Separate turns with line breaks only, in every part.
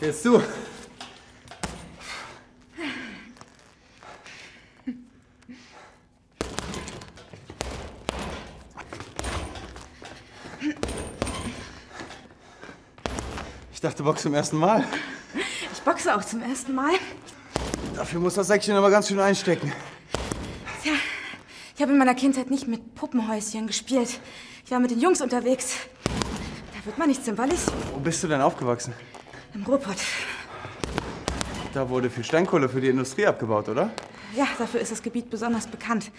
Jetzt du. Ich dachte, Box zum ersten Mal.
Ich boxe auch zum ersten Mal.
Dafür muss das Säckchen aber ganz schön einstecken.
Tja, ich habe in meiner Kindheit nicht mit Puppenhäuschen gespielt. Ich war mit den Jungs unterwegs. Da wird man nichts im Wallis.
Wo bist du denn aufgewachsen?
Im Ruhrpott.
Da wurde viel Steinkohle für die Industrie abgebaut, oder?
Ja, dafür ist das Gebiet besonders bekannt.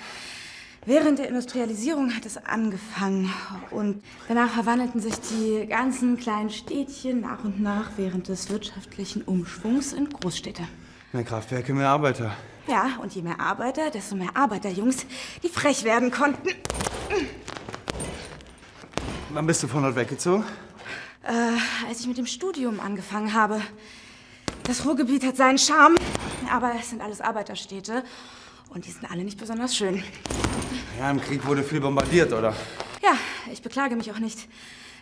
Während der Industrialisierung hat es angefangen und danach verwandelten sich die ganzen kleinen Städtchen nach und nach während des wirtschaftlichen Umschwungs in Großstädte.
Mehr Kraftwerke, mehr Arbeiter.
Ja, und je mehr Arbeiter, desto mehr Arbeiterjungs, die frech werden konnten.
Wann bist du von dort weggezogen?
Äh, als ich mit dem Studium angefangen habe. Das Ruhrgebiet hat seinen Charme, aber es sind alles Arbeiterstädte und die sind alle nicht besonders schön.
Ja, im Krieg wurde viel bombardiert, oder?
Ja, ich beklage mich auch nicht.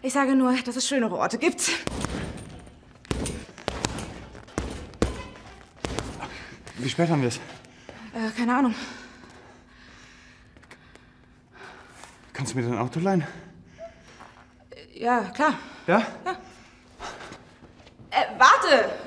Ich sage nur, dass es schönere Orte gibt.
Wie spät haben wir es?
Äh, keine Ahnung.
Kannst du mir dein Auto leihen?
Ja, klar.
Ja?
Äh, warte!